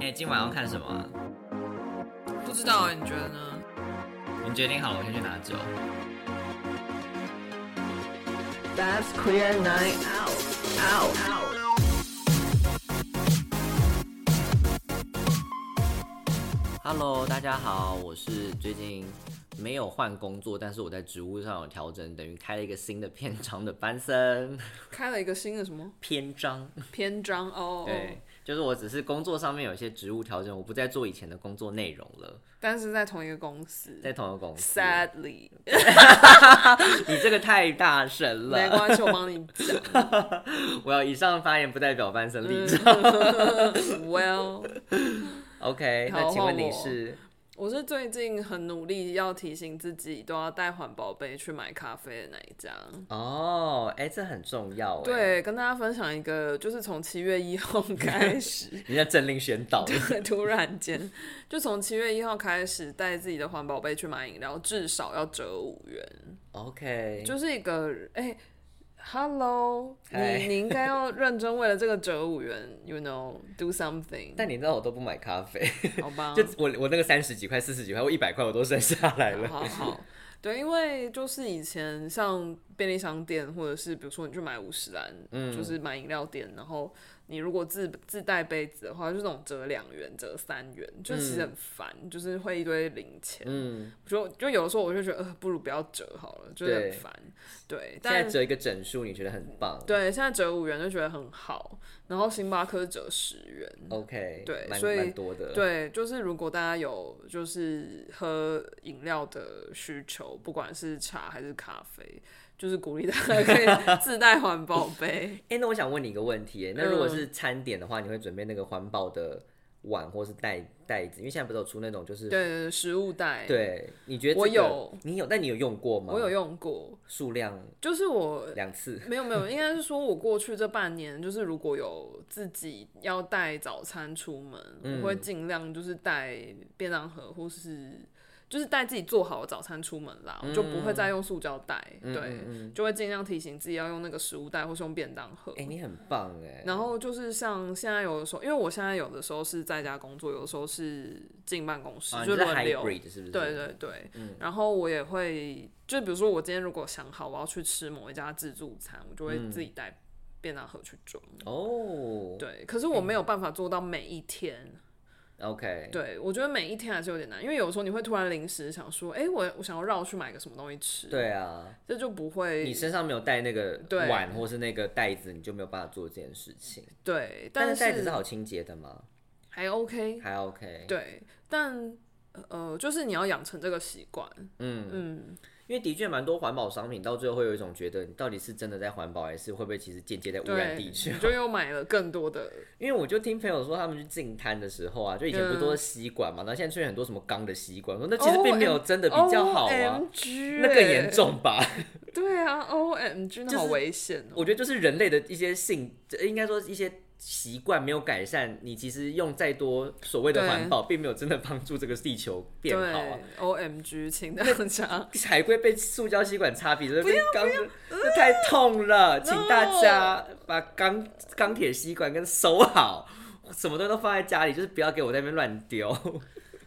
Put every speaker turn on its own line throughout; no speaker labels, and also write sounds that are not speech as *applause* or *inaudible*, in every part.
哎、今晚要看什么啊？
不知道欸你觉得呢？
你决定好了，我先去拿酒。
That's queer night out. Out. Out.
哈喽，大家好，我是最近没有换工作，但是我在职务上有调整，等于开了一个新的篇章的班森
开了一个新的什 *laughs* 么
篇章。
篇章哦，
对，就是我只是工作上面有一些职务调整，我不再做以前的工作内容了，
但是在同一个公司
在同一个公司。
，sadly
你这个太大声
没
了，
关系，我帮你讲。 *laughs*
我要以上发言不代表班森
嗯
立场。
*laughs* well，
OK，那
好哦
请问
换
你
我
是
我是最近很努力要提醒自己都要带环保杯去买咖啡的那一家。
哦，哎、这很重要哎。，
对，跟大家分享一个，就是从七月一号开始， *laughs*
人家政令宣导了。
突然间，就从七月一号开始带自己的环保杯去买饮料，至少要折五元，
OK，
*laughs* 就是一个哎、h e l l o
嗨
你你应该要认真为了这个折五元，you *laughs* know do something，
但你知道我都不买咖啡。
好吧？
*laughs* 就我我那个三十几块、四十几块，我一百块我都省下来了。
好好好，对，因为就是以前像便利商店，或者是比如说你去买五十兰，
嗯
就是买饮料店，然后你如果自自带杯子的话，就这种折两元、折三元，就其实很烦，就是会一堆零钱。
嗯，
就就有的时候我就觉得，呃，不如不要折好了，就是
对
很烦。对，
现在
但
折一个整数，你觉得很棒？
对现在折五元就觉得很好，然后星巴克是折十元。
，OK，
对
蛮
所以
蛮多的。，
对，就是如果大家有就是喝饮料的需求，不管是茶还是咖啡，就是鼓励大家可以 *laughs* 自带环保杯。
哎、那我想问你一个问题耶，那如果
嗯
是餐点的话，你会准备那个环保的碗或是袋袋子？因为现在不是有出那种 *laughs* 就是
对对对，食物袋，，
对你觉得、这
我
个
有
你有，但你有用过吗？
我有，用过，
数量
就是我
两次。
没有没有，应该是说我过去这半年，就是如果有自己要带早餐出门，
嗯
我会尽量就是带便当盒或是。就是带自己做好的早餐出门啦，我就不会再用塑胶袋，
嗯
对，
嗯
就会尽量提醒自己要用那个食物袋或是用便当盒。
哎、你很棒哎。
然后就是像现在有的时候，因为我现在有的时候是在家工作，有的时候是进办公室，
啊，你
就是轮流。
hybrid 是不是？
对对对，然后我也会，就比如说我今天如果想好我要去吃某一家自助餐，我就会自己带便当盒去装。
嗯哦、
对，可是我没有办法做到每一天。
o k，
对，我觉得每一天还是有点难，因为有时候你会突然临时想说，哎、我我想要绕去买个什么东西吃，，
对啊，
这就不会
你身上没有带那个
对
碗或是那个袋子，你就没有办法做这件事情。
对，
但
但
是袋子是好清洁的吗？
还 OK，
还 OK。，
对，但呃，就是你要养成这个习惯，
嗯，
嗯，
因为的确蛮多环保商品到最后会有一种觉得你到底是真的在环保，还是会不会其实间接在污染
对，
地球 *laughs*
你？就又买了更多的，
因为我就听朋友说他们去净滩的时候啊，就以前不是
嗯
都是吸管嘛，然后现在出现很多什么钢的吸管，我说那
哦
其实并没有真的比较好啊。
OMG，
那更严，重吧？
对啊，O M G，那好
就是
危险哦，
我觉得就是人类的一些性，应该说一些习惯没有改善，你其实用再多所谓的
对
环保，并没有真的帮助这个地球变好啊。
对，O M G，请
*laughs*
大家，
海龟被塑胶吸管插鼻子，被钢，这太痛
呃
了，请大家把钢钢铁吸管跟收好，什么东西都放在家里，就是不要给我在那边乱丢，
哦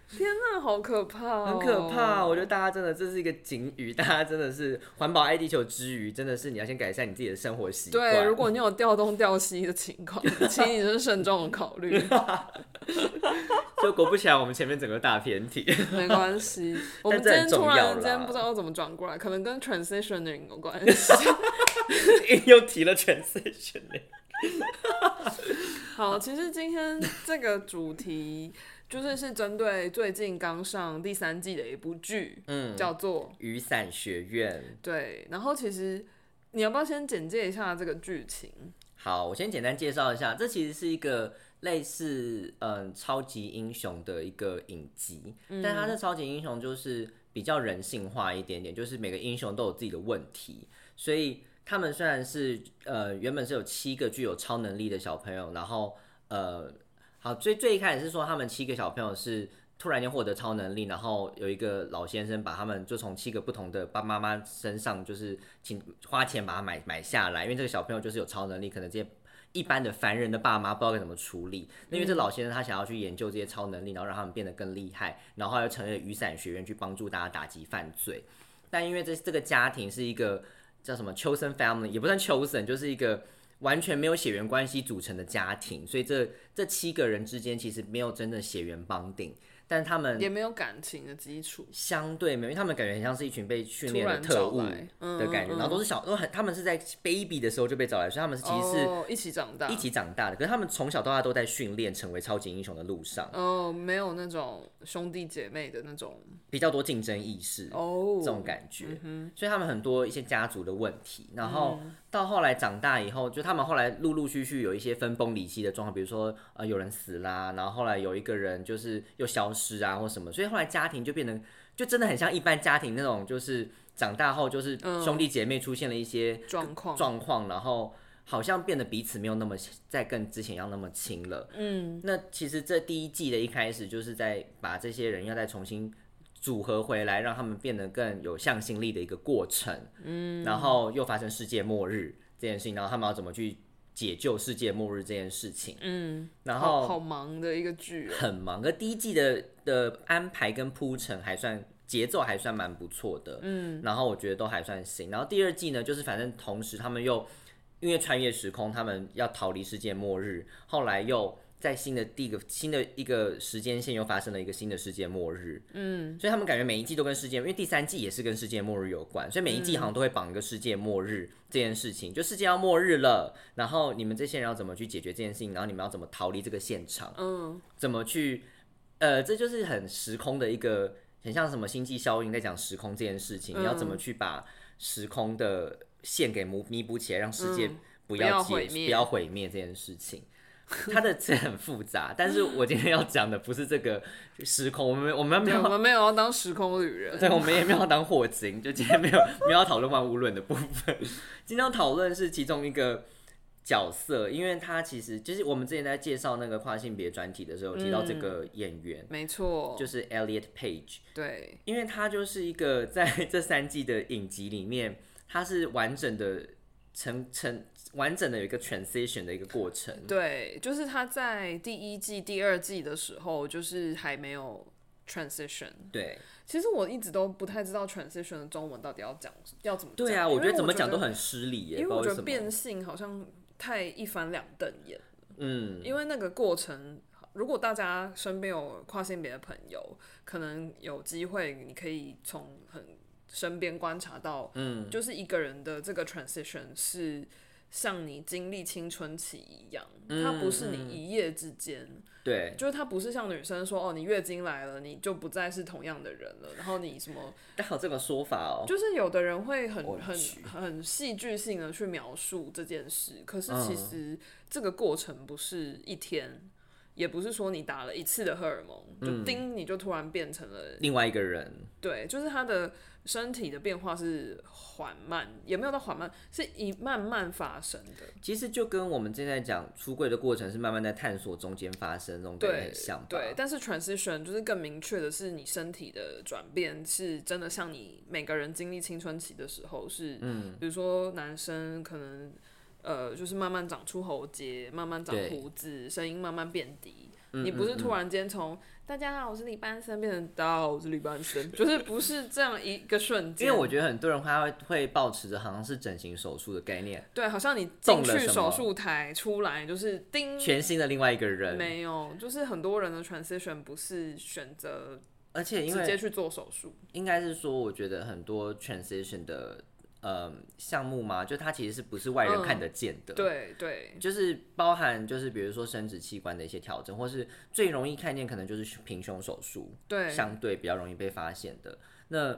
天哪，好可怕哦，
很可怕。我觉得大家真的这是一个警语，大家真的是环保爱地球之余，真的是你要先改善你自己的生活习惯。
对，如果你有调东调西的情况，请你是慎重地考
*laughs*
虑，
就果不其然，我们前面整个大偏题。
没关系。我
但
们今
这很
天突
重要
然
啦
间不知道怎么转过来，可能跟 transitioning 有关
*laughs*
系。
又提了 transition，
好，其实今天这个主题就是是针对最近刚上第三季的一部剧，
嗯
叫做
雨伞学院。
对。然后其实你要不要先简介一下这个剧情？
好，我先简单介绍一下，这其实是一个类似嗯超级英雄的一个影集，但它的超级英雄就是比较人性化一点点，就是每个英雄都有自己的问题，所以他们虽然是呃原本是有七个具有超能力的小朋友，然后呃好最最一开始是说他们七个小朋友是。突然间获得超能力，然后有一个老先生把他们就从七个不同的爸妈妈身上，就是请花钱把它买买下来，因为这个小朋友就是有超能力，可能这些一般的凡人的爸妈不知道该怎么处理。那因为这
嗯
老先生他想要去研究这些超能力，然后让他们变得更厉害，然后又成立了雨伞学院去帮助大家打击犯罪。但因为这这个家庭是一个叫什么 chosen family，也不算 chosen，就是一个完全没有血缘关系组成的家庭，所以这这七个人之间其实没有真正血缘绑定，但他们
也没有感情的基础，
相对没有，因为他们感觉很像是一群被训
突
练的
然
特
找
务
来嗯
的感觉，然
嗯
后都是小，都很，他们是在 baby 的时候就被找来，所以他们是其实是
哦、一起长大，
一起长大的，可是他们从小到大都在训练成为超级英雄的路上，
哦，没有那种兄弟姐妹的那种
比较多竞争意识。
哦，
嗯
嗯
这种感觉，所以他们很多一些家族的问题，然后到后来长大以后，就他们后来陆陆续续有一些分崩离析的状况，比如说呃有人死啦，然后后来有一个人就是又消失啊或什么，所以后来家庭就变成就真的很像一般家庭那种，就是长大后就是
嗯
兄弟姐妹出现了一些
哦状况，
状况，然后好像变得彼此没有那么再跟之前一样那么亲了。
嗯，
那其实这第一季的一开始就是在把这些人要再重新组合回来，让他们变得更有向心力的一个过程。嗯，然后又发生世界末日这件事情，然后他们要怎么去解救世界末日这件事情？嗯，然
好好
后
忙的一个剧、哦，
很忙。可第一季的的安排跟铺陈还算。节奏还算蛮不错的，嗯，然后我觉得都还算行。然后第二季呢，就是反正同时他们又因为穿越时空，他们要逃离世界末日，后来又在新的第一个新的一个时间线又发生了一个新的世界末日，嗯，所以他们感觉每一季都跟世界，因为第三季也是跟世界末日有关，所以每一季好像都会绑一个世界末日这件事情，就世界要末日了，然后你们这些人要怎么去解决这件事情，然后你们要怎么逃离这个现场，
嗯，
怎么去，呃，这就是很时空的一个，很像什么星际效应在讲时空这件事
嗯
情，你要怎么去把时空的线给弥弥补起来，让世界
嗯
不
不要
要
毁
解、
灭
不要毁灭这件事
*laughs*
情。它的这很复杂，但是我今天要讲的不是这个时空，我们我 *laughs* 们没
对，我
有，
嗯们没有要当时空旅人，
*laughs* 对，我们也没有当火警，就今天没有没有要讨论万物论的部分，今天要讨论是其中一个角色，因为他其实就是我们之前在介绍那个跨性别专题的时候有提到
嗯
这个演员，
没错，
就是 Elliot Page，
对，
因为他就是一个在 *laughs* 这三季的影集里面，他是完整的成成完整的有一个 transition 的一个过程。
对，就是他在第一季、第二季的时候，就是还没有 transition。
对
其实我一直都不太知道 transition 的中文到底要讲要怎么讲。
对啊，
因
我
为
觉
我
得怎么讲都，很失礼耶，
因为
不
我
知
觉
道为
得
什
变
么。
性好像太一翻两瞪眼，
嗯，
因为那个过程。如果大家身边有跨性别的朋友，可能有机会，你可以从很身边观察到，嗯，就是一个人的这个 transition 是像你经历青春期一样，
嗯
它不是你一夜之间，
对
就是它不是像女生说哦，你月经来了，你就不再是同样的人了，然后你什么，
但还有这个说法哦。
就是有的人会很
我
很
去
很戏剧性的去描述这件事，可是其
嗯
实这个过程不是一天，也不是说你打了一次的荷尔蒙
嗯
就叮你就突然变成了，
另外一个人，
对，就是他的身体的变化是缓慢，也没有到缓慢，是一慢慢发生的，
其实就跟我们正在讲出柜的过程是慢慢在探索中间发生那种感觉
对
很像吧？
对，但是 transition 就是更明确的是，你身体的转变是真的像你每个人经历青春期的时候是，嗯，比如说男生可能呃就是慢慢长出喉结，慢慢长
对嗯
胡子，声音慢慢变低。你不是突然间从、大家好，我是李班生变成大家好，我是李班生，就是不是这样一个瞬
*laughs*
间。
因为我觉得很多人他会会抱持着好像是整形手术的概念，
对，好像你
动
进
了
去
什
手
么
术台出来就是叮，
全新的另外一个人，
没有，就是很多人的 transition 不是选择
而且因
直接
为
去做手术。
应该是说，我觉得很多 transition 的呃项目嘛，就它其实是不是外人
嗯
看得见的，，
对对，
就是包含就是比如说生殖器官的一些调整，或是最容易看见可能就是平胸手术，
对，
相对比较容易被发现的，那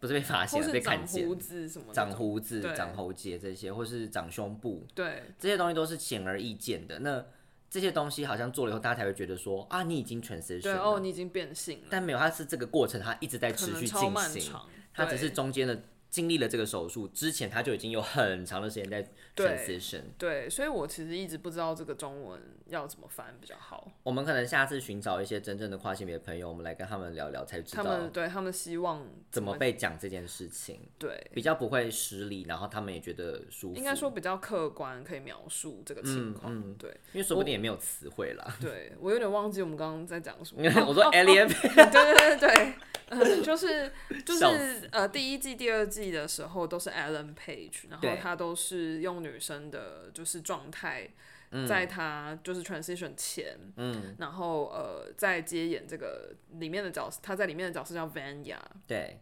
不是被发
或
现，
是
被看
长
见
胡，子什么的，
长胡子、
对
长喉结这些，或是长胸部，
对
这些东西都是显而易见的。那这些东西好像做了以后，大家才会觉得说啊，你已经 transition
对
了
哦，你已经变性了，
但没有，它是这个过程，它一直在
可
持
能
续
超
进
漫
行。
长，
它只是
对
中间的经历了这个手术之前，他就已经有很长的时间在
对
transition。
对，所以我其实一直不知道这个中文要怎么翻比较好。
我们可能下次寻找一些真正的跨性别朋友，我们来跟他们聊聊，才知
他
道
们对他们希望
怎么被讲这件事情，
对，
比较不会失礼，然后他们也觉得舒服。
应该说，比较客观，可以描述
嗯
这个情况。对，
因为说不定也没有词汇啦。
对我有点忘记我们刚刚在讲
*laughs*
什么。
我说 a l i e n
*laughs* 对对对对，
*laughs*
呃，就是就
笑
是呃，第一季、第二季的时候都是 Alan Page，然后
对
他都是用女生的就是状态，
嗯
在他就是 transition 前，嗯，然后呃，在接演这个里面的角色，他在里面的角色叫 Vanya，
对，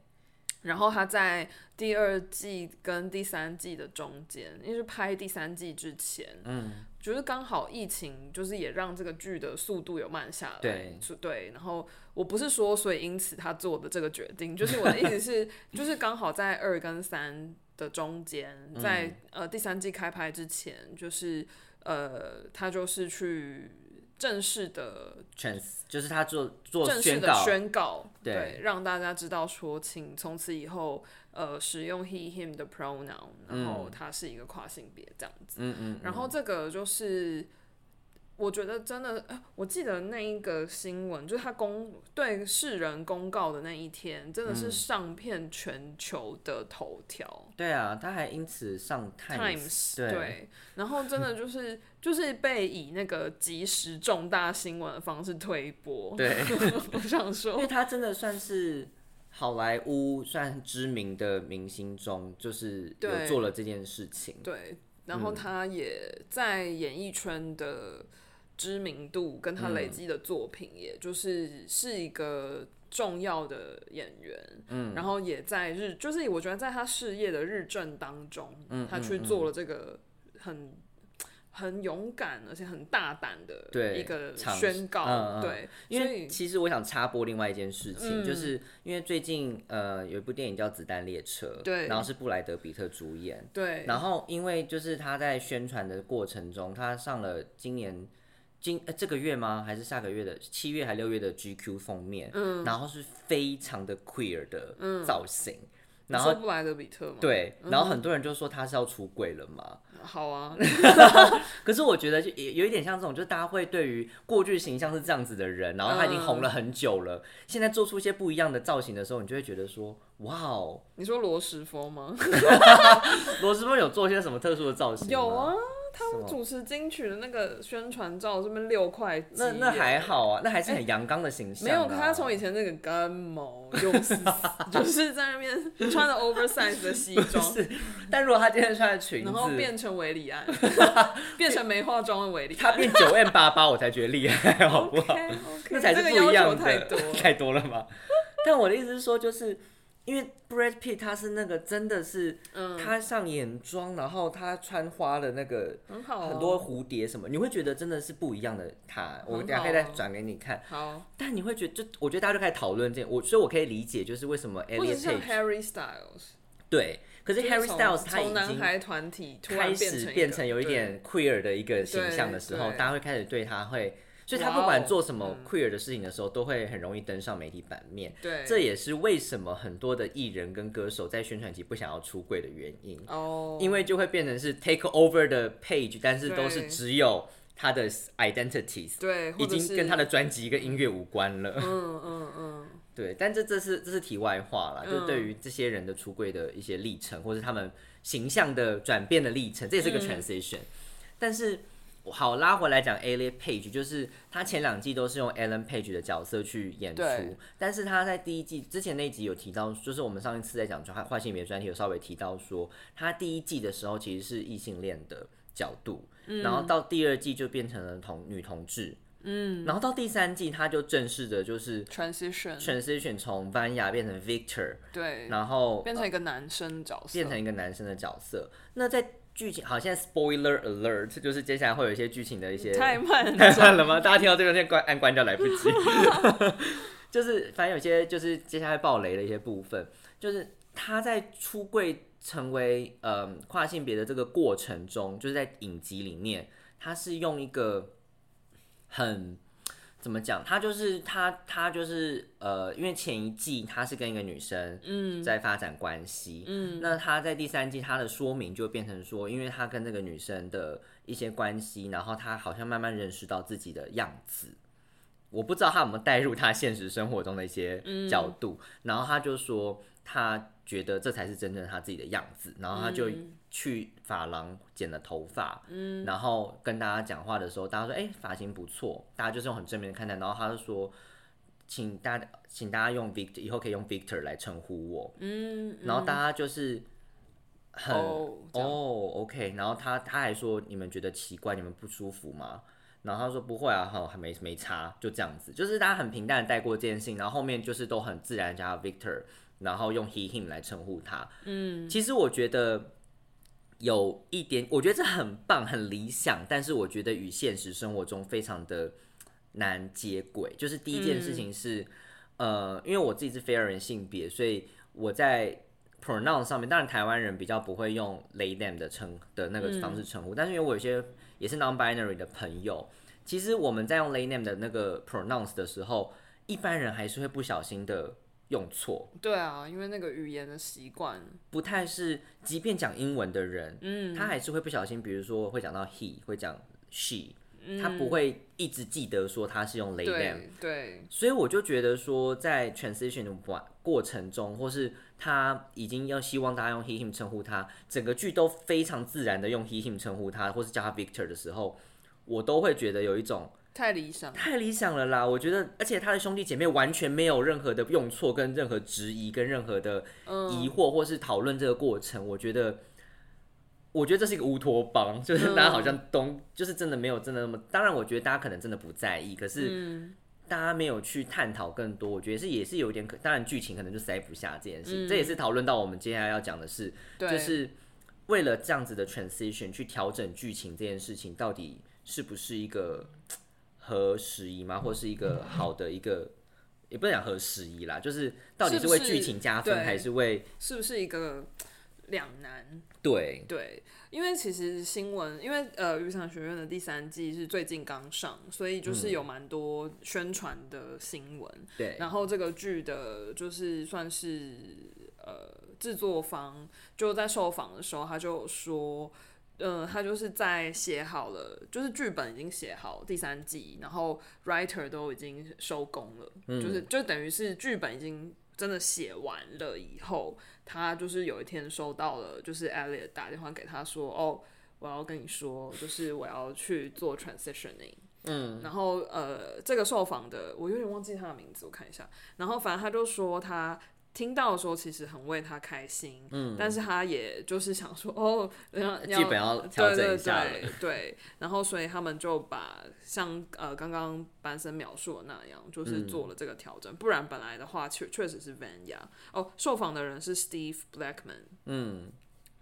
然后他在第二季跟第三季的中间，因为是拍第三季之前，嗯，就是刚好疫情，就是也让这个剧的速度有慢下来，
对
是对。然后我不是说，所以因此他做的这个决定，就是我的意思是，就是刚好在二跟三的中间，在、呃第三季开拍之前，就是呃他就是去正式的
trans 就是他做做
正式
宣
的
告，
宣告，
对
让大家知道说，请从此以后，呃，使用 he him 的 pronoun，然后他是一个跨性别这样子。
嗯嗯，
然后这个就是，我觉得真的，呃我记得那一个新闻，就是他公对世人公告的那一天，真
嗯
的是上遍全球的头条。
对啊，他还因此上
Times
对
对，然后真的就是就是被以那个即时重大新闻的方式推播。
对，
*laughs* 我想说
因，为他真的算是好莱坞算知名的明星中，就是有
对
做了这件事情。
对，然后他也在演艺圈的知名度跟他累积的作品，也就是是一个重要的演员。嗯，然后也在日，就是我觉得在他事业的日正当中，
嗯
他去做了这个很。很勇敢，而且很大胆的
对
一个
尝试
宣告，
嗯嗯
对，
因
所
为
以
其实我想插播另外一件事情，
嗯
就是因为最近呃有一部电影叫《子弹列车》，
对
然后是布莱德比特主演，
对，
然后因为就是他在宣传的过程中，他上了今年今、呃、这个月吗？还是下个月的七月还六月的 GQ 封面，嗯，然后是非常的 queer 的造型，
嗯你
然
说嗯
后
布莱德比特嘛，，
对，然后很多人就说他是要出轨了嘛，
好啊， *laughs*
可是我觉得就也有一点像这种，就是大家会对于过去形象是这样子的人，然后他已经红了很久了，现在做出一些不一样的造型的时候，你就会觉得说，哇哦，
你说罗时峰吗？
罗斯峰有做一些什么特殊的造型？
有啊，，他
什
们
么
主持金曲的那个宣传照这边六块肌
那
耶
那还好啊，那还是很阳刚的形象、
哎
啊
没有，
*laughs*
他从以。前那个干毛用丝，就是在那边穿着 oversize 的西
*laughs*
装，
是，但如果他今天穿的裙
然后
子，
变成维里
*laughs*
安，变成没化妆的维里
他
安。
变九 M 八八，我才觉得厉害，好不好
OK，, o k
那才是
这个
不一
要
样的，
求太多
*laughs*
了。
太多了嘛。但我的意思是说，就是因为 Brad Pitt 他是那个真的是，
嗯
他上眼妆，然后他穿花了那个
很好啊
很多蝴蝶什么，你会觉得真的是不一样的他。我
很
等下
好
可以再
啊
转给你看，
好，
但你会觉得，就我觉得大家就开始讨论这个，我所以我可以理解，就是为什么
或者
Elliot
像
Page
Harry Styles，
对，可是
就是
Harry
从
Styles 他已
从男
经
孩团体突然
开
变
始
成
变
一个
成有一点 queer 的一个形象的时候，
对对
大家会开始对他会，所以他
哇哦
不管做什么 queer 的事情的时候，都会很容易登上媒体版面。
对
这也是为什么很多的艺人跟歌手在宣传期不想要出柜的原因，
对哦，
因为就会变成是 take over 的 page，但是都是
对
只有他的 identities，
对，
已
或者
经
是
跟他的专辑跟音乐无关了。
嗯嗯嗯，
对，但这这是这是题外话啦，就
嗯
对于这些人的出柜的一些历程，或是他们形象的转变的历程，这也是
嗯
个 transition。但是好拉回来讲 a l i e Page，就是他前两季都是用 Alan Page 的角色去演出
对，
但是他在第一季之前那一集有提到，就是我们上一次在讲跨跨性别专题有稍微提到说，他第一季的时候其实是异性恋的角度，
嗯
然后到第二季就变成了同女同志。嗯，然后到第三季，他就正式的就是
，transition，
transition 从 Vanya 变成 Victor，
对，
然后
嗯变成一个男生角色，
变成一个男生的角色。那在剧情好，现在 spoiler alert，就是接下来会有一些剧情的一些
太慢
太
了。
慢了吗？ *laughs* 大家听到这个先关按关掉来不及。 *laughs* 就是反正有些就是接下来爆雷的一些部分，就是他在出柜成为呃跨性别的这个过程中，就是在影集里面，他是用一个很怎么讲？他就是他他就是呃，因为前一季他是跟一个女生嗯在发展关系，嗯，那他在第三季他的说明就变成说，因为他跟这个女生的一些关系，然后他好像慢慢认识到自己的样子。我不知道他有没有带入他现实生活中的一些角度，然后他就说他觉得这才是真正他自己的样子，然后他就去发廊剪了头发，嗯，然后跟大家讲话的时候，大家说哎、发型不错，大家就是用很正面的看待，然后他就说。请大家，请大家用 Victor，以后可以用 Victor 来称呼我。嗯，然后大家就是很
哦这样
哦，OK。然后他他还说，你们觉得奇怪，你们不舒服吗？然后他说不会啊，好，还没没差，就这样子，就是大家很平淡的带过这件事情，然后后面就是都很自然加 Victor，然后用 he him 来称呼他。嗯，其实我觉得有一点，我觉得这很棒，很理想，但是我觉得与现实生活中非常的难接轨。就是第一件
嗯
事情是，呃，因为我自己是非二人性别，所以我在 pronoun 上面，当然台湾人比较不会用 they them 的称的那个方式称呼，但是因为我有些也是 non-binary 的朋友，其实我们在用 they them 的那个 pronouns 的时候，一般人还是会不小心的用错，
对啊，因为那个语言的习惯，
不太是，即便讲英文的人，嗯，他还是会不小心，比如说会讲到 he，会讲 she，、他不会一直记得说他是用 they them，
对对，
所以我就觉得说，在 transition 的过过程中，或是他已经要希望大家用 he him 称呼他，整个剧都非常自然的用 he him 称呼他，或是叫他 Victor 的时候，我都会觉得有一种
太理想了，
太理想了啦！我觉得，而且他的兄弟姐妹完全没有任何的用错、跟任何质疑、跟任何的
嗯
疑惑，或是讨论这个过程。我觉得，我觉得这是一个乌托邦， *laughs* 就是大家好
嗯
像懂，就是真的没有真的那么。当然，我觉得大家可能真的不在意，可是
嗯
大家没有去探讨更多，我觉得是也是有点可。当然，剧情可能就塞不下这件事情，这也是讨论到我们接下来要讲的是，
嗯对，
就是为了这样子的 transition 去调整剧情这件事情，到底是不是一个嘖合时宜吗？或是一个好的一个，也不能讲合时宜啦，就是到底
是
是
不
为
是
剧情加分，
对
还是为
是不是一个两难？
对
对，因为其实新闻，因为呃，雨伞学院的第三季是最近刚上，所以
嗯
就是有蛮多宣传的新闻。
对
然后这个剧的，就是算是呃制作方就在受访的时候，他就有说，呃，他就是在写好了，就是剧本已经写好第三季，然后 writer 都已经收工了，就是就等于是剧本已经真的写完了以后，他就是有一天收到了，就是 Elliot 打电话给他说，哦。我要跟你说，就是我要去做 transitioning，然
嗯
后呃，这个受访的我有点忘记他的名字，我看一下。然后反正他就说他听到的时候其实很为他开心，嗯，但是他也就是想说哦，要
基本要调整一下了
对对对对。然后所以他们就把像呃刚刚班森描述的那样，就是
嗯
做了这个调整，不然本来的话确确实是 Vanya 哦，受访的人是 Steve Blackman，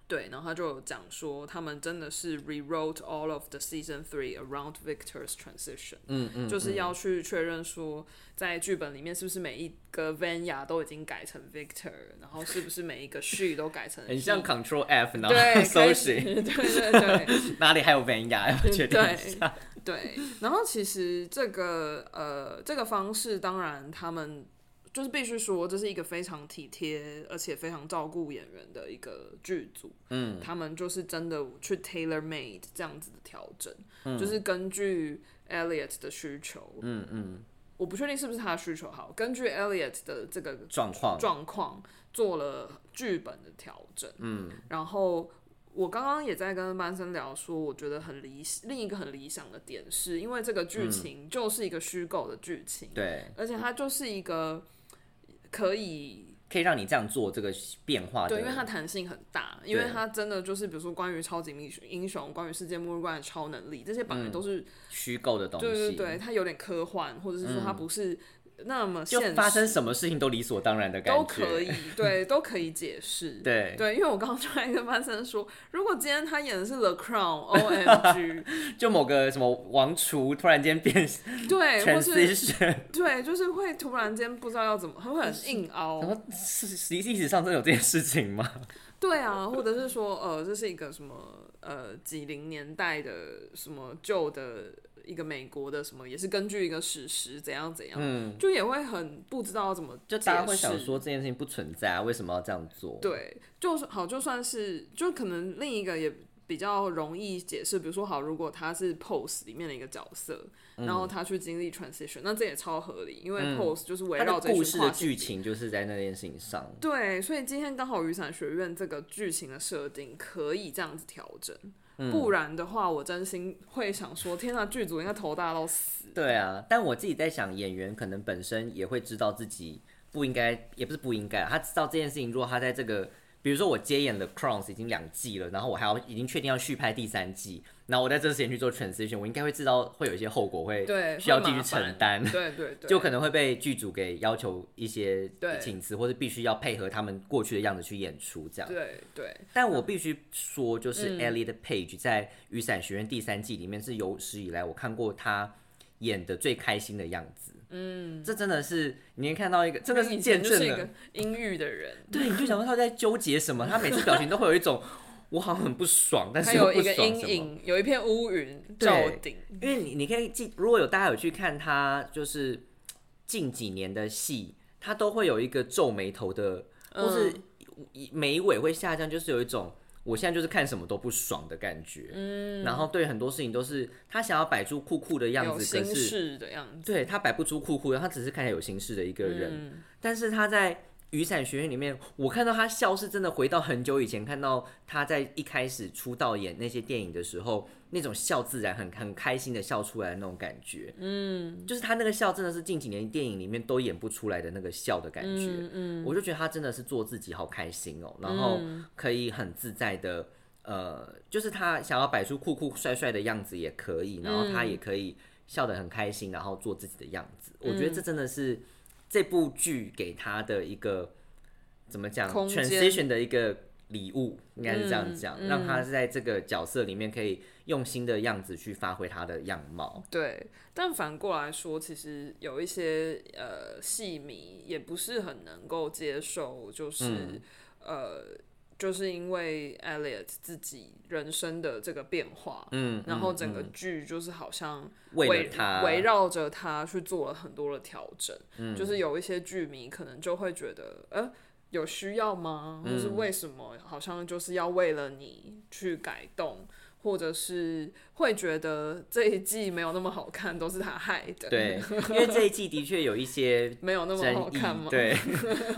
对，然后他就有讲说，他们真的是 rewrote all of the season three around Victor's transition，嗯嗯，就是要去确认说，在剧本里面是不是每一个 Vanya 都已经改成 Victor，然后是不是每一个 she 都改成
很像
he
Control F，然后 *laughs*
对
搜
开始
寻
对对对，
哪里还有
*laughs*
Vanya，要确定一下。
对，然后其实这个呃这个方式，当然他们就是必须说，这是一个非常体贴而且非常照顾演员的一个剧组。嗯，他们就是真的去 tailor made 这样子的调整，
嗯
就是根据 Elliot 的需求。嗯嗯，我不确定是不是他的需求好，根据 Elliot 的这个
状况
状况做了剧本的调整。嗯，然后我刚刚也在跟班森聊说，我觉得很理另一个很理想的点是，因为这个剧情就是一个虚构的剧情，，
对，
而且它就是一个可以。
可以让你这样做这个变化的，
对，因为它弹性很大，因为
对
它真的就是，比如说关于超级英雄、英雄，关于世界末日、关于超能力，这些本来都是，
虚构的东西，
对对对，它有点科幻，或者是说它不是那么现实，
就发生什么事情都理所当然的感觉，
都可以，对，都可以解释。
对
对，因为我刚刚就在跟班森说，如果今天他演的是《The Crown》，OMG，
*laughs* 就某个什么王厨突然间变
对，或是
transition，
对，就是会突然间不知道要怎么，他会很硬
然
凹。
后是历史上真的有这件事情吗？
对啊，或者是说，呃，这是一个什么呃几零年代的什么旧的一个美国的什么，也是根据一个史实怎样怎样，
嗯，
就也会很不知道怎么
就大家
解
会想
释
说这件事情不存在啊，为什么要这样做？，
对，就是好，就算是就可能另一个也比较容易解释，比如说好，如果他是 Pose 里面的一个角色，然
嗯
后他去经历 transition，那这也超合理，因为 Pose 就是围
它
绕
嗯的
这一
故
群
事
跨
的
性
剧
别。
情就是在那件事情上。
对，所以今天刚好雨伞学院这个剧情的设定可以这样子调整，
嗯
不然的话，我真心会想说，天呐，剧组应该头大
*laughs*
到死。
对啊，但我自己在想，演员可能本身也会知道自己不应该，也不是不应该，啊他知道这件事情。如果他在这个，比如说我接演了《Crowns》已经两季了，然后我还要已经确定要续拍第三季，然后我在这之前去做 transition，我应该会知道会有一些后果会
对
需要
会
继续
麻烦
承担。
对对对，
就可能会被剧组给要求一些
对
请辞，或者必须要配合他们过去的样子去演出这样。
对对
但我必须说，就是
嗯
Ellie 的 Page 在《雨伞学院》第三季里面是有史以来我看过她演的最开心的样子。嗯，这真的是你能看到一个，真的
以
是
前
见
就是
证
一
了
个。阴郁的人，
对，你就想说她在纠结什么，她每次表情都会有一种 *laughs* 我好像很不爽，但
他
是又
有
不
一个
爽
阴
什么。
影，有一片乌云
对
罩顶。
因为你你可以记，如果有大家有去看她就是近几年的戏，她都会有一个皱眉头的，或是
嗯
眉尾会下降，就是有一种我现在就是看什么都不爽的感觉。嗯，然后对很多事情都是她想要摆出酷酷的样
有
子，可
心
是
事的样子。
对她摆不出酷酷的，她只是看起来有心事的一个人。
嗯，
但是她在雨伞学院里面，我看到她笑是真的回到很久以前，看到她在一开始出道演那些电影的时候，那种笑自然很很开心的笑出来的那种感觉。嗯，就是她那个笑真的是近几年电影里面都演不出来的那个笑的感觉。嗯，我就觉得她真的是做自己好开心哦，然后
嗯
可以很自在的。呃，就是她想要摆出酷酷帅帅的样子也可以，然后她也可以笑得很开心，然后做自己的样子。
嗯
我觉得这真的是这部剧给他的一个怎么讲
空间
，transition 的一个礼物，应该是这样讲，
嗯嗯
让他在这个角色里面可以用新的样子去发挥他的样貌。
对。但反过来说，其实有一些呃戏迷也不是很能够接受，就是、
嗯
呃，就是因为 Elliot 自己人生的这个变化。
嗯，
然后
嗯
整个
嗯
剧就是好像
为
围
了他嗯
围绕着他去做了很多的调整，就是有一些剧迷可能就会觉得，呃，有需要吗？
嗯
或是为什么好像就是要为了你去改动，或者是会觉得这一季没有那么好看，都是他害的，
对，，因为这一季的确有一些
*laughs* 没有那么好
争议
看吗？， *laughs*
对，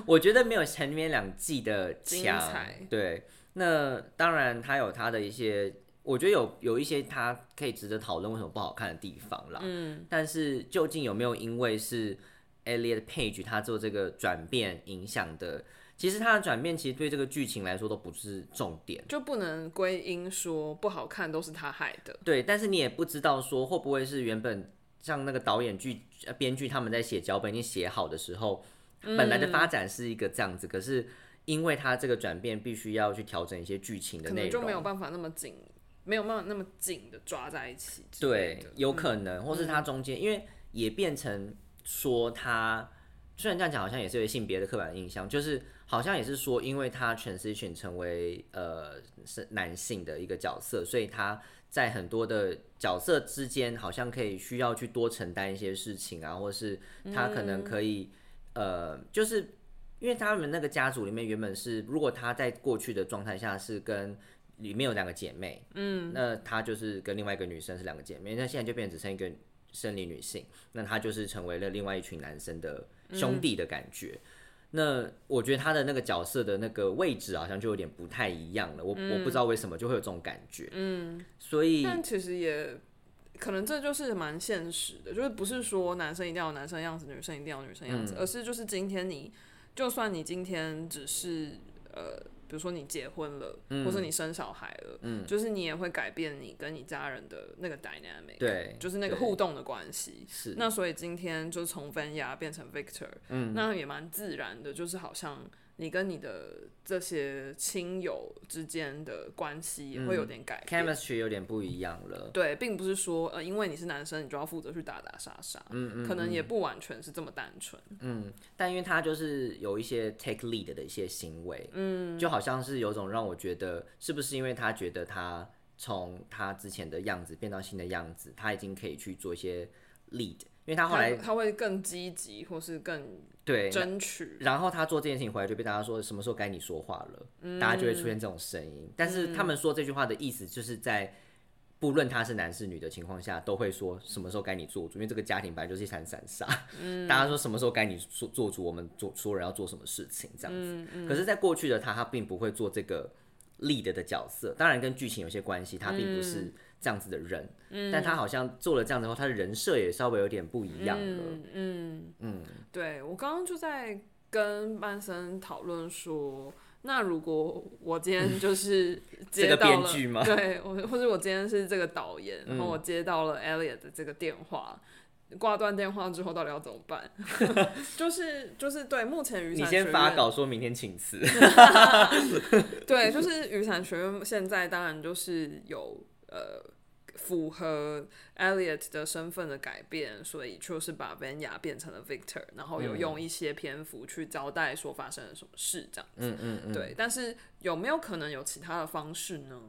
我觉得没有前面两季的
精
强
彩。
对，那当然它有它的一些，我觉得有有一些它可以值得讨论为什么不好看的地方啦。
嗯，
但是究竟有没有因为是 Elliot Page 他做这个转变影响的？其实他的转变其实对这个剧情来说都不是重点。
就不能归因说不好看都是他害的，
对，但是你也不知道说会不会是原本像那个导演剧、呃编剧他们在写脚本已经写好的时候，本
嗯
来的发展是一个这样子，可是因为他这个转变，必须要去调整一些剧情的
可
内
能
容，
就没有办法那么紧，没有办法那么紧的抓在一起之类的，
对，
嗯
有可能，或是他中间，因为也变成说他，虽然这样讲好像也是有性别的刻板印象，就是好像也是说，因为他 transition 成为呃是男性的一个角色，所以他在很多的角色之间，好像可以需要去多承担一些事情啊，或是他可
嗯
能可以、呃，就是因为他们那个家族里面原本是，如果他在过去的状态下是跟里面有两个姐妹，嗯，那她就是跟另外一个女生是两个姐妹，那现在就变成只剩一个生理女性，那她就是成为了另外一群男生的兄弟的感觉。那我觉得她的那个角色的那个位置好像就有点不太一样了，我、我不知道为什么就会有这种感觉，嗯，所以
但其实也可能这就是蛮现实的，就是不是说男生一定要有男生样子，女生一定要有女生
嗯
样子，而是就是今天你，就算你今天只是呃，比如说你结婚了，或
嗯
是你生小孩了，就是你也会改变你跟你家人的那个 dynamic，
对
就是那个
对
互动的关系。
是
那所以今天就从 Vanya 变成 Victor，嗯，那也蛮自然的，就是好像你跟你的这些亲友之间的关系也
嗯
会有点改变。
chemistry 有点不一样了。
对，并不是说呃，因为你是男生，你就要负责去打打杀杀，嗯嗯，可能也不完全是这么单纯，
但因为他就是有一些 take lead 的一些行为，嗯，就好像是有种让我觉得，是不是因为他觉得他从他之前的样子变到新的样子，他已经可以去做一些 lead，因为他后来
他他会更积极，或是更
对
争取。
然后他做这件事情回来就被大家说什么时候该你说话了，
嗯
大家就会出现这种声音。但是他们说这句话的意思，就是在不论他是男是女的情况下，都会说什么时候该你做主，因为这个家庭本来就是一盘散沙。
嗯
大家说什么时候该你做做主，我们做所有人要做什么事情这样子。
嗯
可是，在过去的他，他并不会做这个 lead 的角色，当然跟剧情有些关系，他并不是
嗯
这样子的人。但他好像做了这样子后，他的人设也稍微有点不一样了。
嗯
嗯
对我刚刚就在跟曼森讨论说，那如果我今天就是
嗯这
接
个
到了，
编剧吗嗯
对我，或者我今天是这个导演，然后我接到了 Elliot 的这个电话。挂断电话之后到底要怎么办？ *laughs* 就是就是对，目
*laughs*
前雨
你
伞
先
学
发
院
稿说明天请辞。
对，就是雨伞学院现在当然就是有呃符合 Elliot 的身份的改变，所以就是把 Vanya 变成了 Victor，然后
嗯
有用一些篇幅去交代说发生了什么事这样子。
嗯嗯嗯，
对，但是有没有可能有其他的方式呢？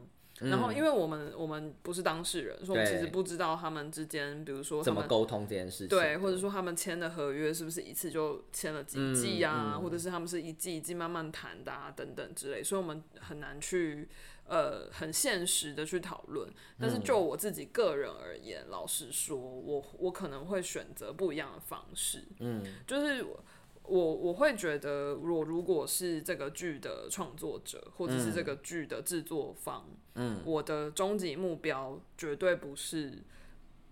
然后，因为我们我们不是当事人，所以我们其实
嗯对
不知道他们之间，比如说他
怎么
们
沟通这件事情。
对，或者说他们签的合约是不是一次就签了几季啊，或者是他们是一季一季慢慢谈的啊，等等之类，所以我们很难去呃很现实的去讨论。但是就我自己个人而言，老实说，我我可能会选择不一样的方式，嗯，就是我。我我会觉得，我如果是这个剧的创作者，或者是这个剧的制作方，嗯，我的终极目标绝对不是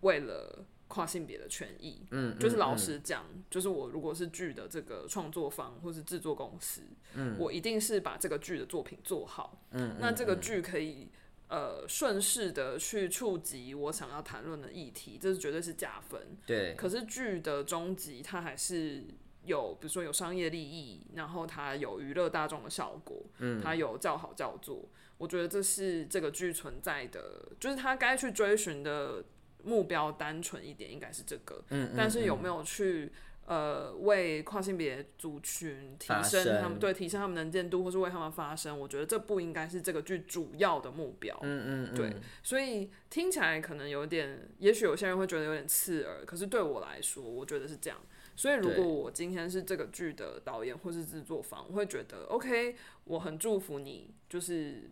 为了跨性别的权益，嗯，就是老实讲，就是我如果是剧的这个创作方或是制作公司，嗯，我一定是把这个剧的作品做好，嗯，那这个剧可以。呃，顺势的去触及我想要谈论的议题，这是绝对是加分。
对，
可是剧的终极，它还是有，比如说有商业利益，然后它有娱乐大众的效果，嗯，它有叫好叫座。我觉得这是这个剧存在的，就是它该去追寻的目标单纯一点，应该是这个。
嗯
但是有没有去呃为跨性别族群提
发
升
声
他们对提升他们能见度，或是为他们发声？我觉得这不应该是这个剧主要的目标。
嗯嗯嗯，
对，所以听起来可能有点，也许有些人会觉得有点刺耳，可是对我来说，我觉得是这样。所以如
对
果我今天是这个剧的导演或是制作方，我会觉得 OK，我很祝福你，就是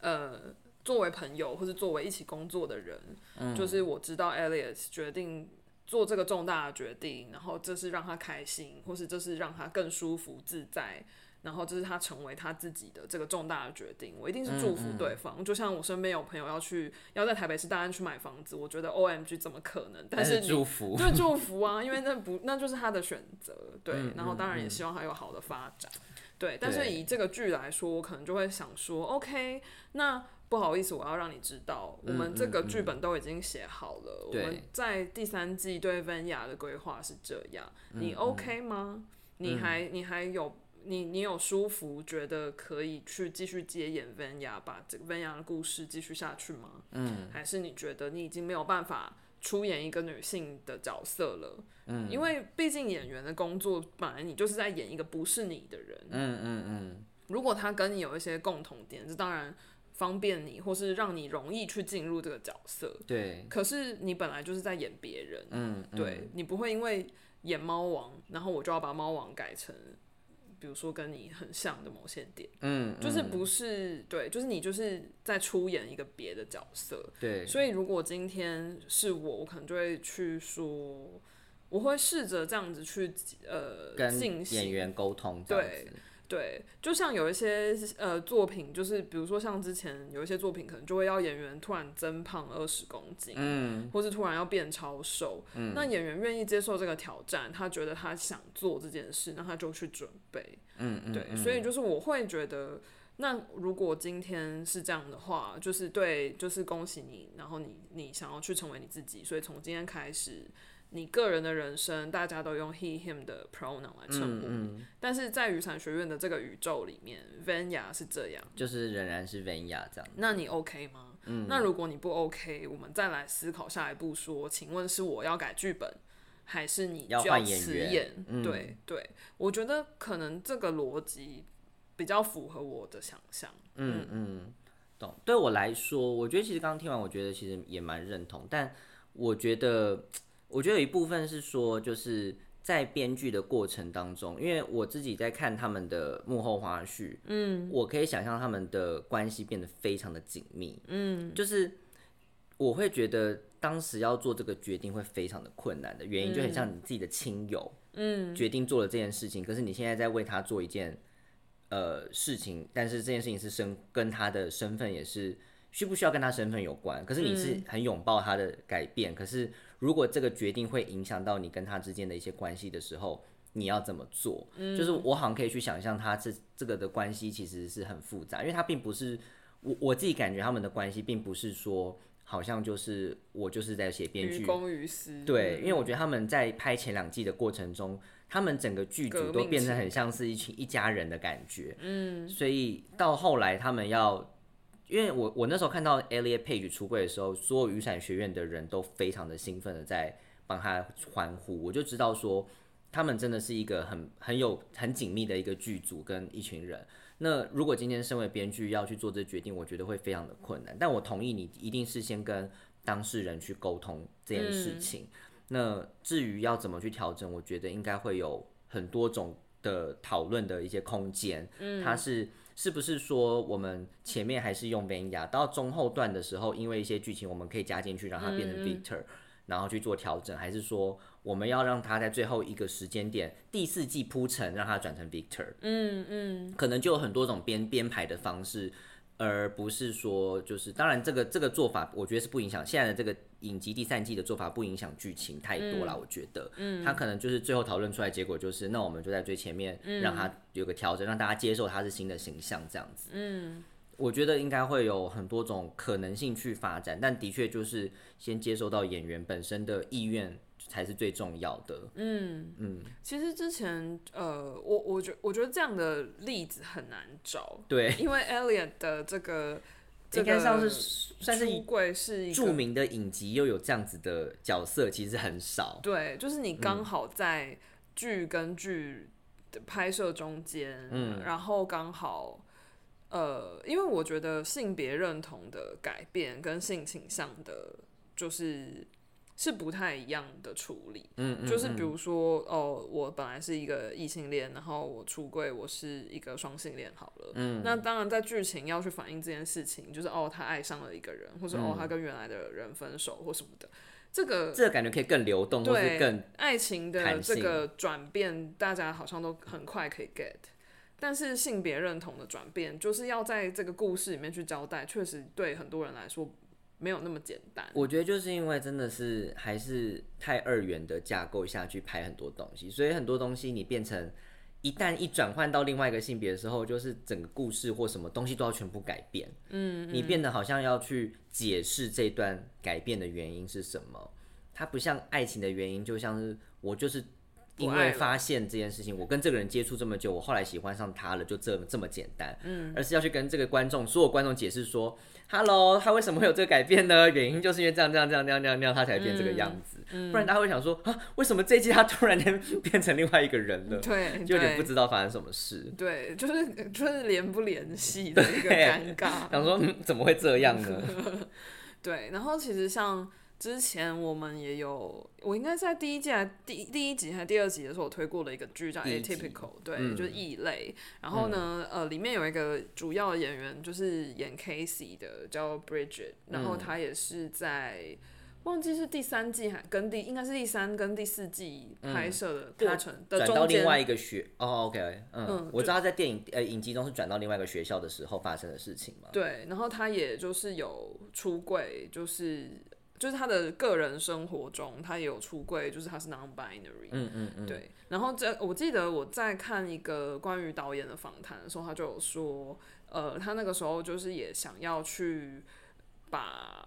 呃，作为朋友或是作为一起工作的人，
嗯
就是我知道 Elliot 决定。做这个重大的决定，然后这是让他开心，或是这是让他更舒服自在，然后这是他成为他自己的这个重大的决定，我一定是祝
嗯
福对方。就像我身边有朋友要去要在台北市大安去买房子，我觉得 O M G 怎么可能？但
但
是
是
你
祝福。
对祝福啊，因为那不那就是他的选择，对。
嗯
然后当然也
嗯
希望他有好的发展，对。但是
对
以这个剧来说，我可能就会想说，OK，那不好意思，我要让你知道，我们这个剧本都已经写好了，我
嗯对
们在第三季对温雅的规划是这样，
嗯
你 OK 吗？你还你还有。你你有舒服，觉得可以去继续接演温雅，把这个温雅的故事继续下去吗？嗯，还是你觉得你已经没有办法出演一个女性的角色了？嗯，因为毕竟演员的工作本来你就是在演一个不是你的人。
嗯嗯嗯，
如果他跟你有一些共同点，这当然方便你，或是让你容易去进入这个角色。
对，
可是你本来就是在演别人，啊
嗯，嗯
对你不会因为演猫王，然后我就要把猫王改成，比如说跟你很像的某些点，
嗯，嗯
就是不是对，就是你就是在出演一个别的角色。
对，
所以如果今天是我，我可能就会去说，我会试着这样子去呃
跟
进行
演员沟通这样子。
对，就像有一些呃作品，就是比如说像之前有一些作品，可能就会要演员突然增胖二十公斤，嗯，或是突然要变超瘦，嗯，那演员愿意接受这个挑战，他觉得他想做这件事，那他就去准备，
嗯嗯，
对，
嗯
所以就是我会觉得，那如果今天是这样的话，就是对，就是恭喜你，然后你你想要去成为你自己，所以从今天开始。你个人的人生，大家都用 he him 的 pronoun 来称呼
嗯
你，但是在雨伞学院的这个宇宙里面，Vanya 是这样，
就是仍然是文雅这样。
那你 OK 吗？嗯，那如果你不 OK，我们再来思考下一步说，请问是我要改剧本，还是你
要
就要
换演
辞
员嗯
演？对对，我觉得可能这个逻辑比较符合我的想象。
嗯嗯，懂。对我来说，我觉得其实刚刚听完，我觉得其实也蛮认同，但我觉得，我觉得有一部分是说，就是在编剧的过程当中，因为我自己在看他们的幕后花絮，嗯，我可以想象他们的关系变得非常的紧密，嗯，就是我会觉得当时要做这个决定会非常的困难的原因，就很像你自己的亲友，嗯，决定做了这件事情，可是你现在在为他做一件。呃事情，但是这件事情是身跟他的身份也是需不需要跟他身份有关。可是你是很拥抱他的改变，可是如果这个决定会影响到你跟他之间的一些关系的时候，你要怎么做？就是我好像可以去想象他这这个的关系其实是很复杂，因为他并不是我我自己感觉他们的关系并不是说好像就是我就是在写编
于
剧，
公于私。
对，因
嗯
为我觉得他们在拍前两季的过程中，他们整个剧组
革
都
命
变成
情
很像是一群一家人的感觉。嗯，所以到后来他们要，因为我我那时候看到 Elliot Page 出柜的时候，所有雨伞学院的人都非常的兴奋的在帮他欢呼，我就知道说他们真的是一个很很有很紧密的一个剧组跟一群人。那如果今天身为编剧要去做这决定，我觉得会非常的困难。但我同意你一定是先跟当事人去沟通这件事情。那至于要怎么去调整，我觉得应该会有很多种的讨论的一些空间。嗯，它是是不是说我们前面还是用 Vanya，到中后段的时候，因为一些剧情我们可以加进去，让它变成 Victor，、然后去做调整，还是说我们要让它在最后一个时间点第四季铺陈，让它转成 Victor？
嗯嗯，
可能就有很多种编编排的方式，而不是说就是当然这个这个做法，我觉得是不影响现在的这个影集第三季的做法不影响剧情太多啦，我觉得，嗯，他可能就是最后讨论出来结果就是，那我们就在最前面让他有个调整，让大家接受他是新的形象这样子，嗯。我觉得应该会有很多种可能性去发展，但的确就是先接受到演员本身的意愿才是最重要的。
其实之前呃，我我觉我觉得这样的例子很难找，
对，
因为 Elliot 的这个这
应
个
该算是算是
出柜是一个
著名的影集又有这样子的角色，其实很少。
对，就是你
嗯
刚好在剧跟剧的拍摄中间，
嗯
然后刚好，呃，因为我觉得性别认同的改变跟性倾向的，就是是不太一样的处理。
嗯
就是比如说，哦，我本来是一个异性恋，然后我出柜，我是一个双性恋，好了。嗯。那当然，在剧情要去反映这件事情，就是哦，他爱上了一个人，或者、
嗯
哦，他跟原来的人分手或什么的，这个
这个感觉可以更流动，或是
对
更
爱情的
弹
这
性
个转变，大家好像都很快可以 get，但是性别认同的转变，就是要在这个故事里面去交代，确实对很多人来说没有那么简单。
我觉得就是因为真的是还是太二元的架构下去拍很多东西，所以很多东西你变成一旦一转换到另外一个性别的时候，就是整个故事或什么东西都要全部改变。嗯，你变得好像要去解释这段改变的原因是什么，它不像爱情的原因，就像是我就是。因
不爱
为
了
发现这件事情，我跟这个人接触这么久，我后来喜欢上他了，就这么这么简单，嗯，而是要去跟这个观众，所有观众解释说，Hello，他为什么会有这个改变呢？ *laughs* 原因就是因为这样这样这样这样这样这样，他才变这个样子。
嗯
不然大家会想说啊，为什么这一季他突然间变成另外一个人了？
*laughs* 对，
就有点
对
不知道发生什么事。
对，就是就是联不联系的一个
对
尴尬。
想说、嗯、怎么会这样呢？
对，然后其实像之前我们也有，我应该在第一季还第第一集还第二集的时候，我推过了一个剧叫《
第一集
Atypical》，对，
嗯
就是异类。然后呢，呃，里面有一个主要演员就是演 Casey 的，叫 Bridget，然后
嗯
她也是在。忘记是第三季还跟第应该是第三跟第四季拍摄的过
她
程 *laughs*
嗯
的
转
中
到
间
另，外一个学哦，OK，嗯，
嗯
我知道他在电影呃影集中是转到另外一个学校的时候发生的事情嘛。
对，然后他也就是有出柜，就是就是他的个人生活中，他也有出柜，就是他是 non-binary，、
嗯嗯嗯，
对。然后这我记得我在看一个关于导演的访谈的时候，他就有说，呃，他那个时候就是也想要去把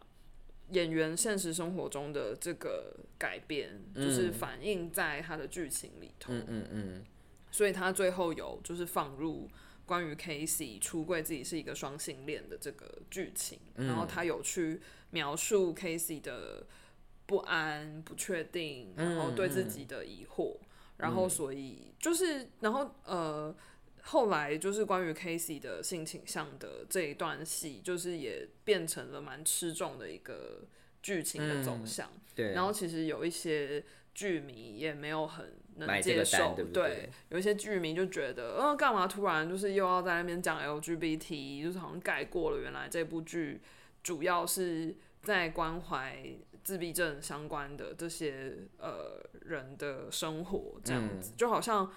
演员现实生活中的这个改变，就是
嗯
反映在他的剧情里头，
嗯嗯嗯，
所以他最后有就是放入关于 Casey 出柜自己是一个双性恋的这个剧情，然后他有去描述 Casey 的不安、不确定，然后对自己的疑惑，然后所以就是，然后呃。后来就是关于 Casey 的性倾向的这一段戏，就是也变成了蛮吃重的一个剧情的走向。
对，
然后其实有一些剧迷也没有很能
买这
接
个单
受，
对不
对
对
有一些剧迷就觉得，呃，干嘛突然就是又要在那边讲 LGBT，就是好像盖过了原来这部剧主要是在关怀自闭症相关的这些呃人的生活，这样
嗯
子、就好像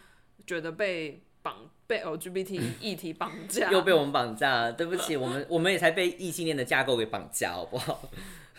觉得被绑被 LGBT 议题绑
*laughs*
架，
又被我们绑架了，对不起，我们我们也才被异性恋的架构给绑架，好不好？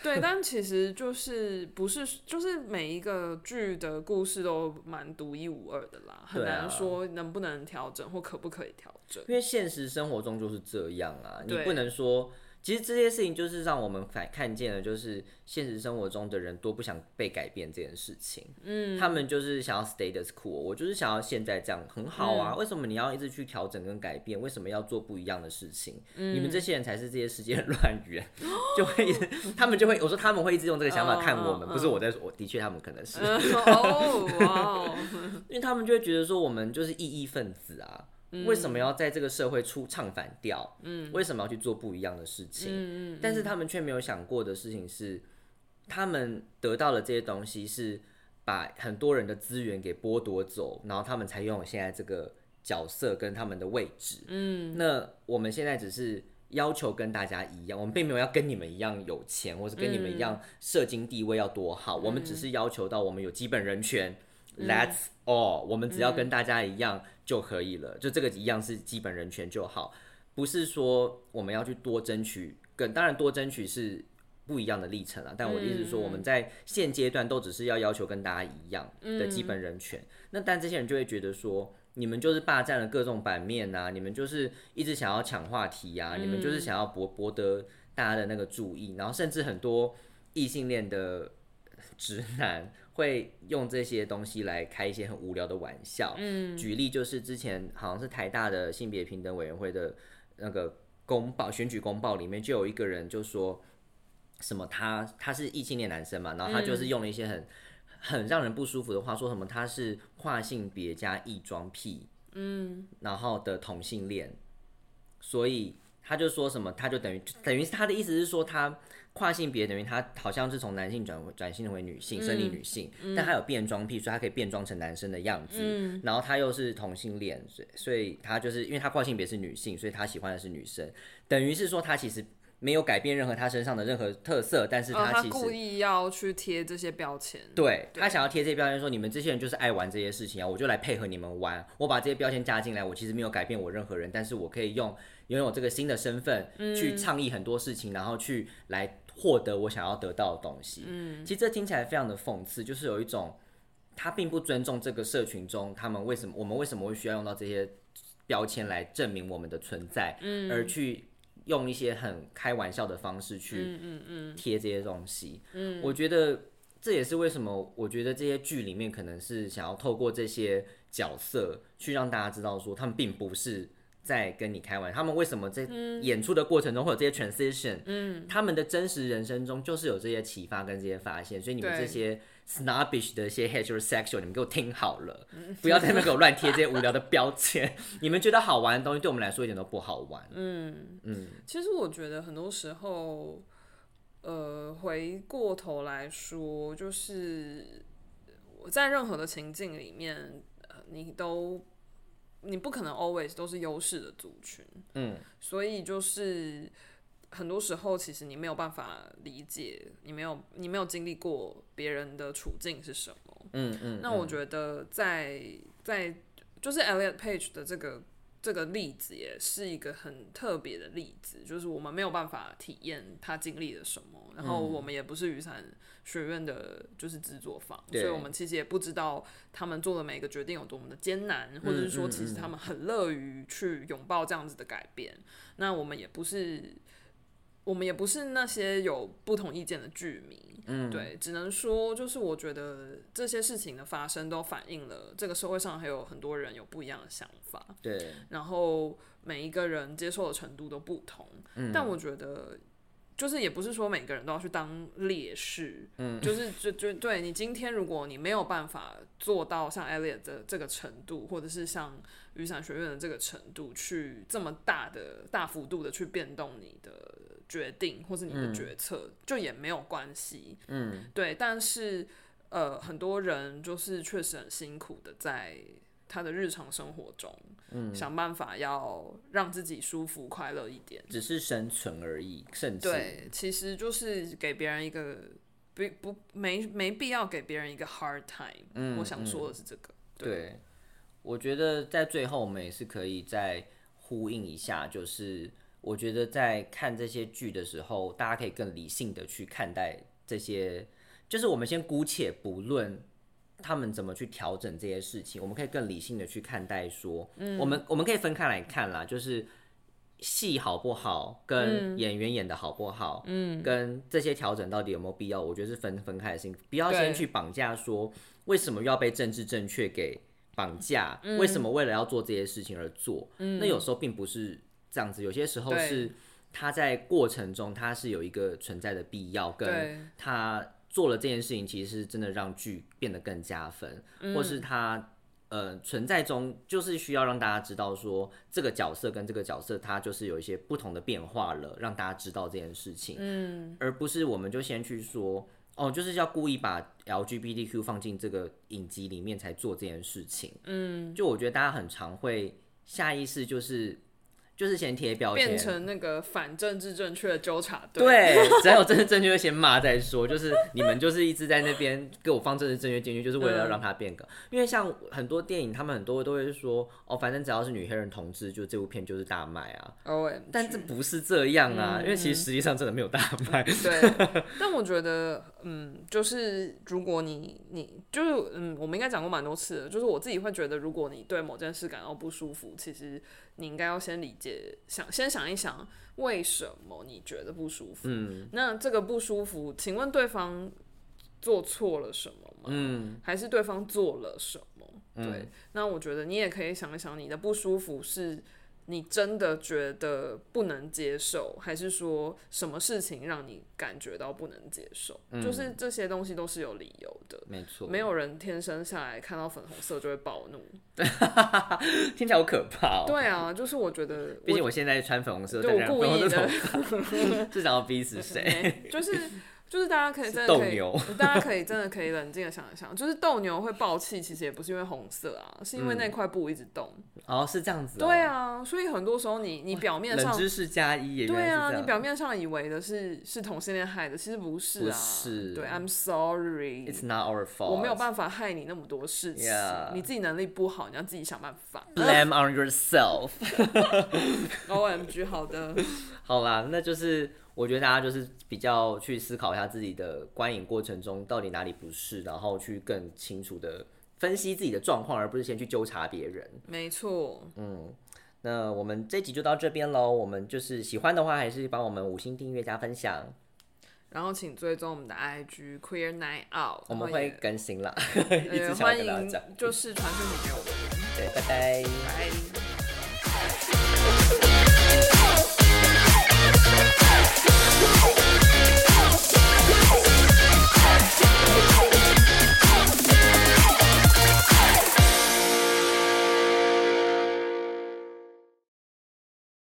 对，但其实就是不是就是每一个剧的故事都蛮独一无二的啦，很
对啊
难说能不能调整或可不可以调
*laughs*
整。
因为现实生活中就是这样啊，你
对
不能说，其实这些事情就是让我们反看见了，就是现实生活中的人多不想被改变这件事情。嗯，他们就是想要 status quo，我就是想要现在这样很好啊，
嗯
为什么你要一直去调整跟改变？为什么要做不一样的事情？
嗯
你们这些人才是这些世界的乱源， *laughs* 就
*laughs*
会一直他们就会，我说他们会一直用这个想法看我们，
嗯嗯
不是我在说，我的确他们可能是。
哦哇哦，
因为他们就会觉得说我们就是异议分子啊，为什么要在这个社会出唱反调？嗯，为什么要去做不一样的事情？嗯但是他们却没有想过的事情是，他们得到了这些东西是把很多人的资源给剥夺走，然后他们才拥有现在这个角色跟他们的位置。嗯，那我们现在只是。要求跟大家一样，我们并没有要跟你们一样有钱，或是跟你们一样社经地位要多好，我们只是要求到我们有基本人权，That's all，、我们只要跟大家一样就可以了，就这个一样是基本人权就好，不是说我们要去多争取，跟当然多争取是不一样的历程啊。但我的意思是说，我们在现阶段都只是要要求跟大家一样
嗯
的基本人权。那但这些人就会觉得说，你们就是霸占了各种版面啊，你们就是一直想要抢话题啊，你们就是想要博博得大家的那个注意，然后甚至很多异性恋的直男会用这些东西来开一些很无聊的玩笑。嗯，举例就是之前好像是台大的性别平等委员会的那个公报选举公报里面就有一个人就说什么他他是异性恋男生嘛，然后他就是用了一些很、很让人不舒服的话，说什么他是跨性别加异装癖，嗯，然后的同性恋，所以他就说什么他就等于等于是他的意思是说他。跨性别等于他好像是从男性转转性为女性，生理女性，但他有变装癖，所以他可以变装成男生的样子。然后他又是同性恋，所以所以他就是因为他跨性别是女性，所以他喜欢的是女生，等于是说他其实没有改变任何他身上的任何特色，但是
呃，他
其实、
故意要去贴这些标签，
对他想要贴这些标签，说你们这些人就是爱玩这些事情啊，我就来配合你们玩。我把这些标签加进来，我其实没有改变我任何人，但是我可以用拥有这个新的身份去倡议很多事情，然后去来获得我想要得到的东西。嗯，其实这听起来非常的讽刺，就是有一种他并不尊重这个社群中他们为什么我们为什么会需要用到这些标签来证明我们的存在，嗯，而去。用一些很开玩笑的方式去贴这些东西，嗯，我觉得这也是为什么我觉得这些剧里面可能是想要透过这些角色去让大家知道说，他们并不是在跟你开玩笑，他们为什么在演出的过程中会有这些 transition，嗯，他们的真实人生中就是有这些启发跟这些发现，所以你们这
对
些 snobbish 的一些 heterosexual，你们给我听好了，不要在那边给我乱贴这些无聊的标签，你们觉得好玩的东西对我们来说一点都不好玩，
其实我觉得很多时候，呃，回过头来说，就是我在任何的情境里面，呃，你都你不可能 always 都是优势的族群，
嗯，
所以就是很多时候，其实你没有办法理解，你没有你没有经历过别人的处境是什么，
嗯嗯，
那我觉得在在就是 Elliot Page 的这个这个例子也是一个很特别的例子，就是我们没有办法体验他经历了什么，然后我们也不是雨伞学院的就是制作方，所
对
以我们其实也不知道他们做的每个决定有多么的艰难，
嗯
或者是说其实他们很乐于去拥抱这样子的改变。那我们也不是。我们也不是那些有不同意见的剧迷，嗯，对，只能说就是我觉得这些事情的发生都反映了这个社会上还有很多人有不一样的想法，
对，
嗯然后每一个人接受的程度都不同。但我觉得就是也不是说每个人都要去当烈士，嗯， *laughs* 就是就就对你今天如果你没有办法做到像 Elliot 的这个程度，或者是像雨伞学院的这个程度，去这么大的大幅度的去变动你的决定或是你的决策，就也没有关系，嗯，对。但是呃，很多人就是确实很辛苦的在。他的日常生活中，嗯，想办法要让自己舒服快乐一点，
只是生存而已，甚至
对，其实就是给别人一个不不没没必要给别人一个 hard time。我
嗯
想说的是这个。
对，我觉得在最后我们也是可以再呼应一下，就是我觉得在看这些剧的时候，大家可以更理性的去看待这些，就是我们先姑且不论。他们怎么去调整这些事情？我们可以更理性的去看待，说，嗯，我们我们可以分开来看啦，就是戏好不好，跟演员演的好不好，嗯，跟这些调整到底有没有必要？我觉得是分分开的事情，不要先
对
去绑架说为什么要被政治正确给绑架，为什么为了要做这些事情而做？嗯，那有时候并不是这样子，有些时候
对
是他在过程中他是有一个存在的必要，
对
跟他做了这件事情，其实是真的让剧变得更加分，
嗯
或是他。呃，存在中就是需要让大家知道说，这个角色跟这个角色他就是有一些不同的变化了，让大家知道这件事情。
嗯
而不是我们就先去说哦，就是要故意把 LGBTQ 放进这个影集里面才做这件事情。嗯，就我觉得大家很常会下意识就是就是先贴标签，
变成那个反政治正确的纠察队。，
对，只要有政治正确就先骂再说，就是你们就是一直在那边给我放政治正确进去，就是为
嗯
了要让它变更。因为像很多电影，他们很多都会说哦，反正只要是女黑人同志，就这部片就是大卖啊。
O M，
但这不是这样
嗯
啊，因为其实实际上真的没有大卖。 *laughs*
对，但我觉得，嗯，就是如果你你就是嗯，我们应该讲过蛮多次的，就是我自己会觉得，如果你对某件事感到不舒服，其实你应该要先理解，想先想一想为什么你觉得不舒服。嗯，那这个不舒服，请问对方做错了什么吗？
嗯，
还是对方做了什么？对，
嗯
那我觉得你也可以想一想，你的不舒服是你真的觉得不能接受，还是说什么事情让你感觉到不能接受？就是这些东西都是有理由的，
没嗯错，
*laughs* 没有人天生下来看到粉红色就会暴怒。
听起来好可怕哦。
对啊，就是我觉得
毕竟
我
我现在穿粉红色，
对
再染
我故
粉
意
红色
的
头发是想要逼
*laughs*
死谁？
没就是。就是大家可以真的
斗
可以
牛，
*laughs* 大家可以真的可以冷静的想一想，就是斗牛会爆气，其实也不是因为红色啊，是因为
嗯
那块布一直动。
哦，是这样子、哦。
对，啊，所以很多时候你你表面上
冷知识加一也原来
对
是这
啊，
样。
你表面上以为的是是同性恋害的，其实不是
不
啊。
是
对，I'm sorry，
It's not our fault。
我没有办法害你那么多事情
Yeah
你自己能力不好，你要自己想办法。
blame on yourself。
O M G，好的，
好啦，那就是我觉得大家就是比较去思考一下自己的观影过程中到底哪里不适，然后去更清楚的分析自己的状况，而不是先去纠察别人。
没错，
那我们这集就到这边喽。我们就是喜欢的话，还是帮我们五星订阅加分享，
然后请追踪我们的 I G Queer Night Out，
我们
然后
会
也
更新啦。 *laughs* 一
呃
直想要
欢
跟大家
迎
讲，
就是传讯息给我们，
对，拜拜。
拜。
Hey!